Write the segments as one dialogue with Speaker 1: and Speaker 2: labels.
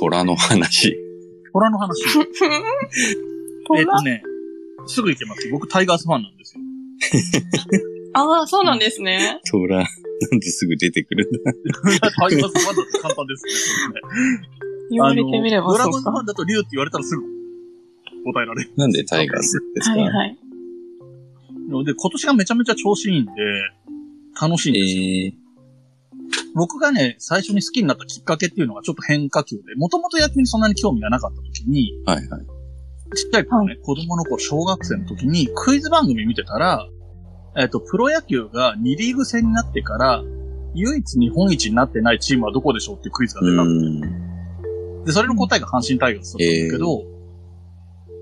Speaker 1: 虎の話。
Speaker 2: 虎の話。 えっ
Speaker 3: 虎
Speaker 2: とね、すぐ行けます。僕タイガースファンなんですよ。
Speaker 3: ああ、そうなんですね。
Speaker 1: 虎、なんですぐ出てくるんだ。
Speaker 2: タイガースファンだって簡単ですね。
Speaker 3: 言われてみれば
Speaker 2: ドラ
Speaker 3: そ
Speaker 2: ゴンズ
Speaker 3: う
Speaker 2: フ
Speaker 3: か
Speaker 2: ァ。ンだと竜って言われたらすぐ答えられる。
Speaker 1: なんでタイガースですか、
Speaker 3: はいはい。
Speaker 2: で、今年がめちゃめちゃ調子いいんで、楽しいんですよ。
Speaker 1: えー、
Speaker 2: 僕がね、最初に好きになったきっかけっていうのがちょっと変化球で、もともと野球にそんなに興味がなかった時に、
Speaker 1: はいはい。
Speaker 2: ちっちゃい頃ね、子供の頃、小学生の時にクイズ番組見てたら、えっ、と、プロ野球が2リーグ制になってから、唯一日本一になってないチームはどこでしょうっていうクイズが出たの。
Speaker 1: うん。
Speaker 2: で、それの答えが阪神タイガースだったんだけど、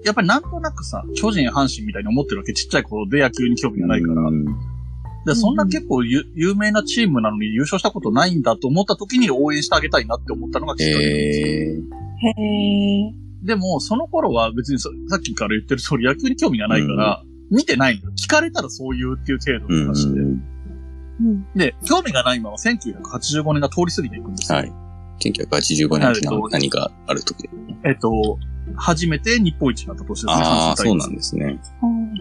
Speaker 2: やっぱりなんとなくさ、巨人、阪神みたいに思ってるわけ、ちっちゃい頃で野球に興味がないから。
Speaker 1: うん
Speaker 2: で、そんな結構ゆ有名なチームなのに優勝したことないんだと思った時に応援してあげたいなって思ったのがきっかけなんですよ。
Speaker 1: えー、
Speaker 3: へえ。
Speaker 2: でも、その頃は別にそさっきから言ってる通り野球に興味がないから、見てないのよ。聞かれたらそう言うっていう程度
Speaker 1: う
Speaker 2: の
Speaker 1: ん
Speaker 2: 話で。
Speaker 3: うん。
Speaker 2: で、興味がないまま1985年が通り過ぎていくんですよ。
Speaker 1: はい。1985年に何何がある時で。
Speaker 2: えっと、初めて日本一になった年ですね。
Speaker 1: ああ、
Speaker 2: 阪神タ
Speaker 1: そ
Speaker 2: イガ
Speaker 1: う
Speaker 2: ース
Speaker 1: なんですね。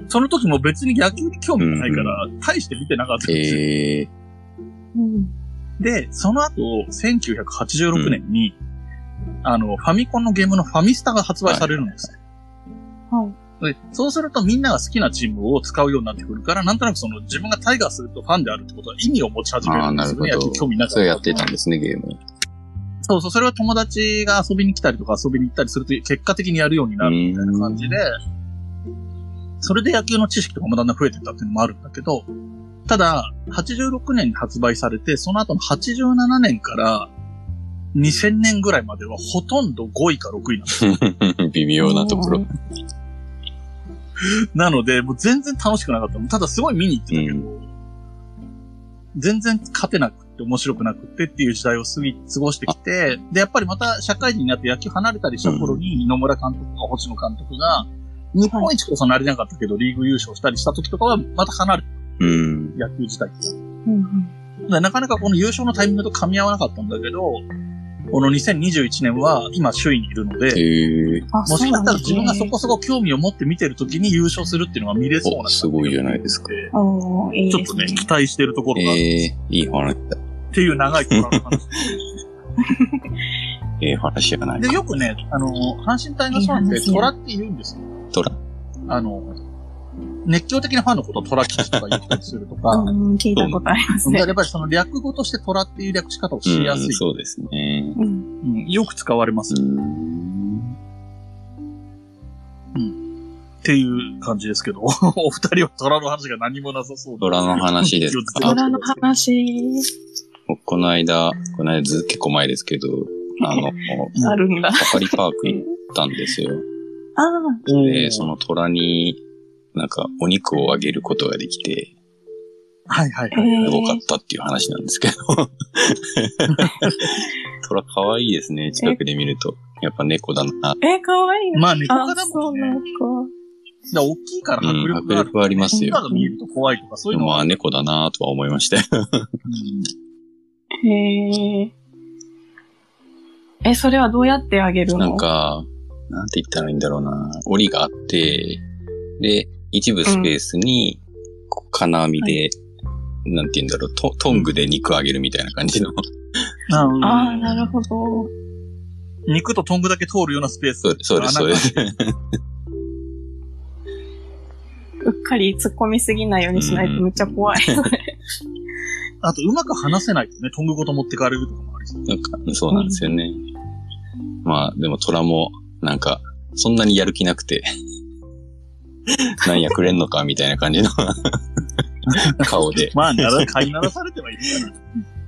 Speaker 2: その時も別に野球に興味がないから、大して見てなかったんですよ。
Speaker 1: ええ
Speaker 3: うん。
Speaker 2: で、その後、1986年に、あの、ファミコンのゲームのファミスタが発売されるんですね。
Speaker 3: はい。
Speaker 2: でそうするとみんなが好きなチームを使うようになってくるから、なんとなくその自分がタイガースとファンであるってことは意味を持ち始めるんですよね。
Speaker 1: あーなるほ
Speaker 2: 野
Speaker 1: ど
Speaker 2: 球興味な
Speaker 1: ー、
Speaker 2: か
Speaker 1: そうやっ
Speaker 2: ら。
Speaker 1: てたんですね、ゲーム。
Speaker 2: そうそう、それは友達が遊びに来たりとか遊びに行ったりすると結果的にやるようになるみたいな感じで、それで野球の知識とかもだんだん増えてったっていうのもあるんだけど、ただ、86年に発売されて、その後の87年から2000年ぐらいまではほとんど5位か6位なんで す。
Speaker 1: 微妙なところ。
Speaker 2: なので、もう全然楽しくなかった。ただすごい見に行ってたけど、全然勝てなくて面白くなくてっていう時代を過ぎ、過ごしてきて、で、やっぱりまた社会人になって野球離れたりした頃に、野村監督とか星野監督が、日本一こそなれなかったけど、リーグ優勝したりした時とかは、また離れて
Speaker 1: うん。
Speaker 2: 野球自体。
Speaker 3: うん。
Speaker 2: でなかなかこの優勝のタイミングと噛み合わなかったんだけど、この2021年は今首位にいるの
Speaker 1: え
Speaker 2: で、
Speaker 1: え
Speaker 3: あ、
Speaker 2: もしかしたら自分がそこ
Speaker 3: こ。
Speaker 2: そこ興味を持って見てる時に優勝するっていうのが見れそうな感
Speaker 1: お、
Speaker 2: じ
Speaker 1: すごいじゃないですか。
Speaker 3: ああ、いい
Speaker 2: ちょっ
Speaker 3: で
Speaker 2: と
Speaker 3: す
Speaker 2: ね、
Speaker 3: ね。
Speaker 2: 期待してるところがある
Speaker 1: ええいい話だ。
Speaker 2: っていう長いコーナーの話。
Speaker 1: ええ話じゃない
Speaker 2: で、。よくね、あの、阪神タイガースファンって虎って言うんですよ。
Speaker 1: トラ。
Speaker 2: あの、熱狂的なファンのことを虎吉とか言ったりするとか、
Speaker 3: うん、聞いたことあります
Speaker 2: だから
Speaker 3: ね。
Speaker 2: やっぱりその略語として虎っていう略し方を
Speaker 1: う
Speaker 2: しやすい
Speaker 1: ん、。そうですね。
Speaker 3: うん。
Speaker 2: うんよく使われます
Speaker 1: う
Speaker 2: っ
Speaker 1: ん。
Speaker 2: ていう感じですけど、 お二人は虎の話が何もなさそうで
Speaker 1: 虎の話です
Speaker 2: あ
Speaker 1: か
Speaker 3: 虎の話、
Speaker 1: 僕この間、この間ず、結構前ですけど、あの、
Speaker 3: あるんだ。
Speaker 1: サファリパーク行ったんですよ。
Speaker 3: あ
Speaker 1: で、その虎に、なんか、お肉をあげることができて、
Speaker 2: はいはい
Speaker 3: あ、
Speaker 2: はい。
Speaker 3: え
Speaker 1: すごかっ
Speaker 3: ー、
Speaker 1: たっていう話なんですけど。 虎可愛いですね、近くで見ると。やっぱ猫だな。
Speaker 3: え、かわいい。
Speaker 2: まあ、猫
Speaker 3: あ
Speaker 2: 科、だも
Speaker 3: そ
Speaker 2: んね。
Speaker 3: うな
Speaker 2: だか
Speaker 3: のか。
Speaker 2: ら大きいから
Speaker 1: う
Speaker 2: 迫
Speaker 1: ん、
Speaker 2: 力
Speaker 1: 迫
Speaker 2: がある。
Speaker 1: 力あります
Speaker 2: みんな
Speaker 1: よ。
Speaker 2: が見ると怖いとか、そう
Speaker 1: で
Speaker 2: いうの
Speaker 1: もま
Speaker 2: は
Speaker 1: あ、猫だなとは思いましたよ。
Speaker 2: うん
Speaker 3: へえ。え、それはどうやってあげるの
Speaker 1: なんか、なんて言ったらいいんだろうな。檻があって、で、一部スペースに、こう金網で、なんて言うんだろうト、トングで肉あげるみたいな感じ の。
Speaker 3: ああ、なるほど。
Speaker 2: 肉とトングだけ通るようなスペース。
Speaker 1: そうそうです、そうです。
Speaker 3: うっかり突っ込みすぎないようにしないとめっちゃ怖い。
Speaker 2: あと、うまく話せないとね、トングごと持ってかれるとかもありそう。
Speaker 1: なんか、そうなんですよね。まあ、でも虎も、なんか、そんなにやる気なく て、なんやくれんのか、みたいな感じ の顔で
Speaker 2: まあ、な ら、飼いならされてはいるから。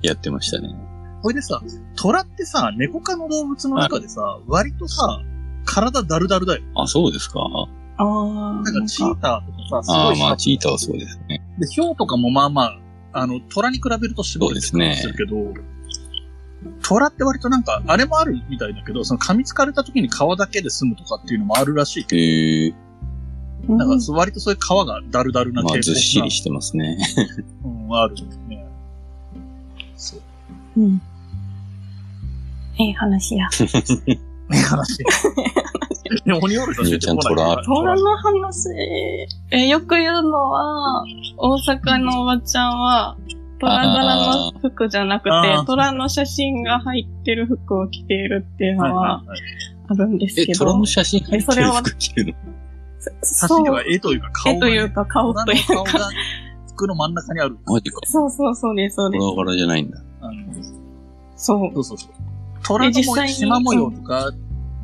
Speaker 1: やってましたね。
Speaker 2: これでさ、虎ってさ、猫科の動物の中でさ、割とさ、体ダルダルだよ。
Speaker 1: あ、そうですか
Speaker 3: ああ。
Speaker 2: なんかチーターとかさ、す
Speaker 1: あ
Speaker 2: ご
Speaker 1: あ、
Speaker 2: い
Speaker 1: ま
Speaker 2: さ
Speaker 1: あ、、チーターはそうですね。
Speaker 2: で、ヒョウとかもまあまあ、あの、虎に比べると絞れてる感じするけど、虎って割となんか、あれもあるみたいだけど、その噛みつかれた時に皮だけで済むとかっていうのもあるらしいけ
Speaker 1: へえ
Speaker 3: う
Speaker 2: ど、
Speaker 3: ん
Speaker 2: なんかそう割とそういう皮がダルダルな
Speaker 1: まあ、
Speaker 2: 傾
Speaker 1: ずっし
Speaker 2: 向
Speaker 1: りしてますね。
Speaker 2: が、うん、あるんですね。
Speaker 3: うん。ええ話や。
Speaker 2: ね、話。で も、鬼おろしは出てこないから
Speaker 1: ゆうちゃんトラ
Speaker 3: 虎の話。え、よく言うのは、大阪のおばちゃんは、虎柄の服じゃなく
Speaker 2: あー
Speaker 3: て、虎の写真が入ってる服を着ているっていう
Speaker 2: はい
Speaker 3: のは
Speaker 2: はいはい。
Speaker 3: あるんです
Speaker 1: え
Speaker 3: け、ど
Speaker 1: 虎、の写真入ってる服着てる
Speaker 2: 写真
Speaker 3: そ
Speaker 2: では
Speaker 3: う、
Speaker 2: 絵というか顔
Speaker 3: 絵
Speaker 2: が
Speaker 3: と
Speaker 2: ね、
Speaker 3: いうか顔
Speaker 2: 虎
Speaker 3: という
Speaker 2: の顔
Speaker 3: か、
Speaker 2: が服の真ん中にある。
Speaker 1: のマジか。
Speaker 3: そうそうそうです、そうです。
Speaker 1: 虎柄じゃないんだ。
Speaker 2: あの
Speaker 3: そう。
Speaker 2: そうそうそう。虎の
Speaker 3: 実
Speaker 2: も
Speaker 3: 際に
Speaker 2: 縞模様とか、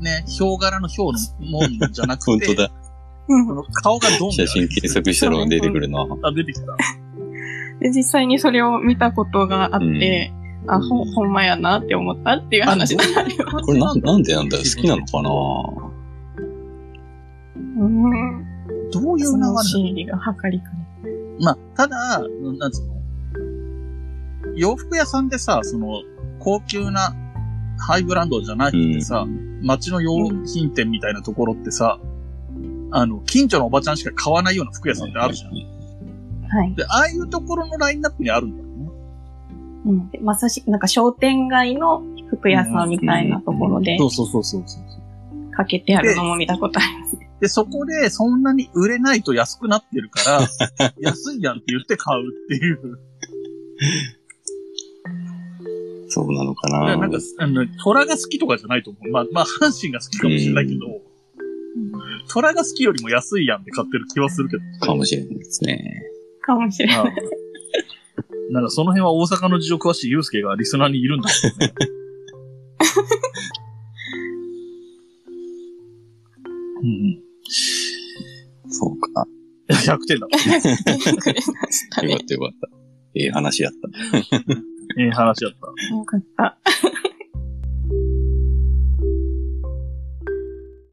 Speaker 2: ね、ヒョウ柄のヒョウのもんじゃなくて、
Speaker 1: 本当だ。
Speaker 3: うん
Speaker 2: その顔がドンってあ
Speaker 1: 写真
Speaker 2: る
Speaker 1: 検索したら出てくるな。
Speaker 2: あ、出てきた。
Speaker 3: で、実際にそれを見たことがあって、あ、ほ、ほんまやなって思ったっていう話だ。
Speaker 1: これなん、なんでなんだろう好きなのかな
Speaker 3: うん。
Speaker 2: どういう
Speaker 3: そ
Speaker 2: 流れなの
Speaker 3: の心理が測りかね。
Speaker 2: まあ、ただ、なんつうの洋服屋さんでさ、その、高級なハイブランドじゃなくてさ、街の用品店みたいなところってさ、あの、近所のおばちゃんしか買わないような服屋さんってあるじゃん。
Speaker 1: ん。
Speaker 3: はい。
Speaker 2: で、ああいうところのラインナップにあるんだよね。
Speaker 3: うん。でまさし、なんか商店街の服屋さんみたいなところで
Speaker 2: うそうそうそうそう。
Speaker 3: かけてあるのも見たことあります。
Speaker 2: で、そこでそんなに売れないと安くなってる から、安いやんって言って買うっていう。
Speaker 1: そうなのか
Speaker 2: だから
Speaker 1: な
Speaker 2: な
Speaker 1: ん
Speaker 2: か、あの、虎が好きとかじゃないと思う。まあ、まあ、阪神が好きかもしれないけど、虎が好きよりも安いやんって買ってる気はするけど。
Speaker 1: かもしれないですね。
Speaker 3: かもし れない。
Speaker 2: ああなんかその辺は大阪の事情詳しいユうスケがリスナーにいるんだけどね。うんうん。
Speaker 1: そうか。
Speaker 2: 100点だ。
Speaker 3: した
Speaker 1: よか
Speaker 3: ね
Speaker 1: ったよかった。ええ話やった。
Speaker 2: ええ話だった。
Speaker 3: よかった。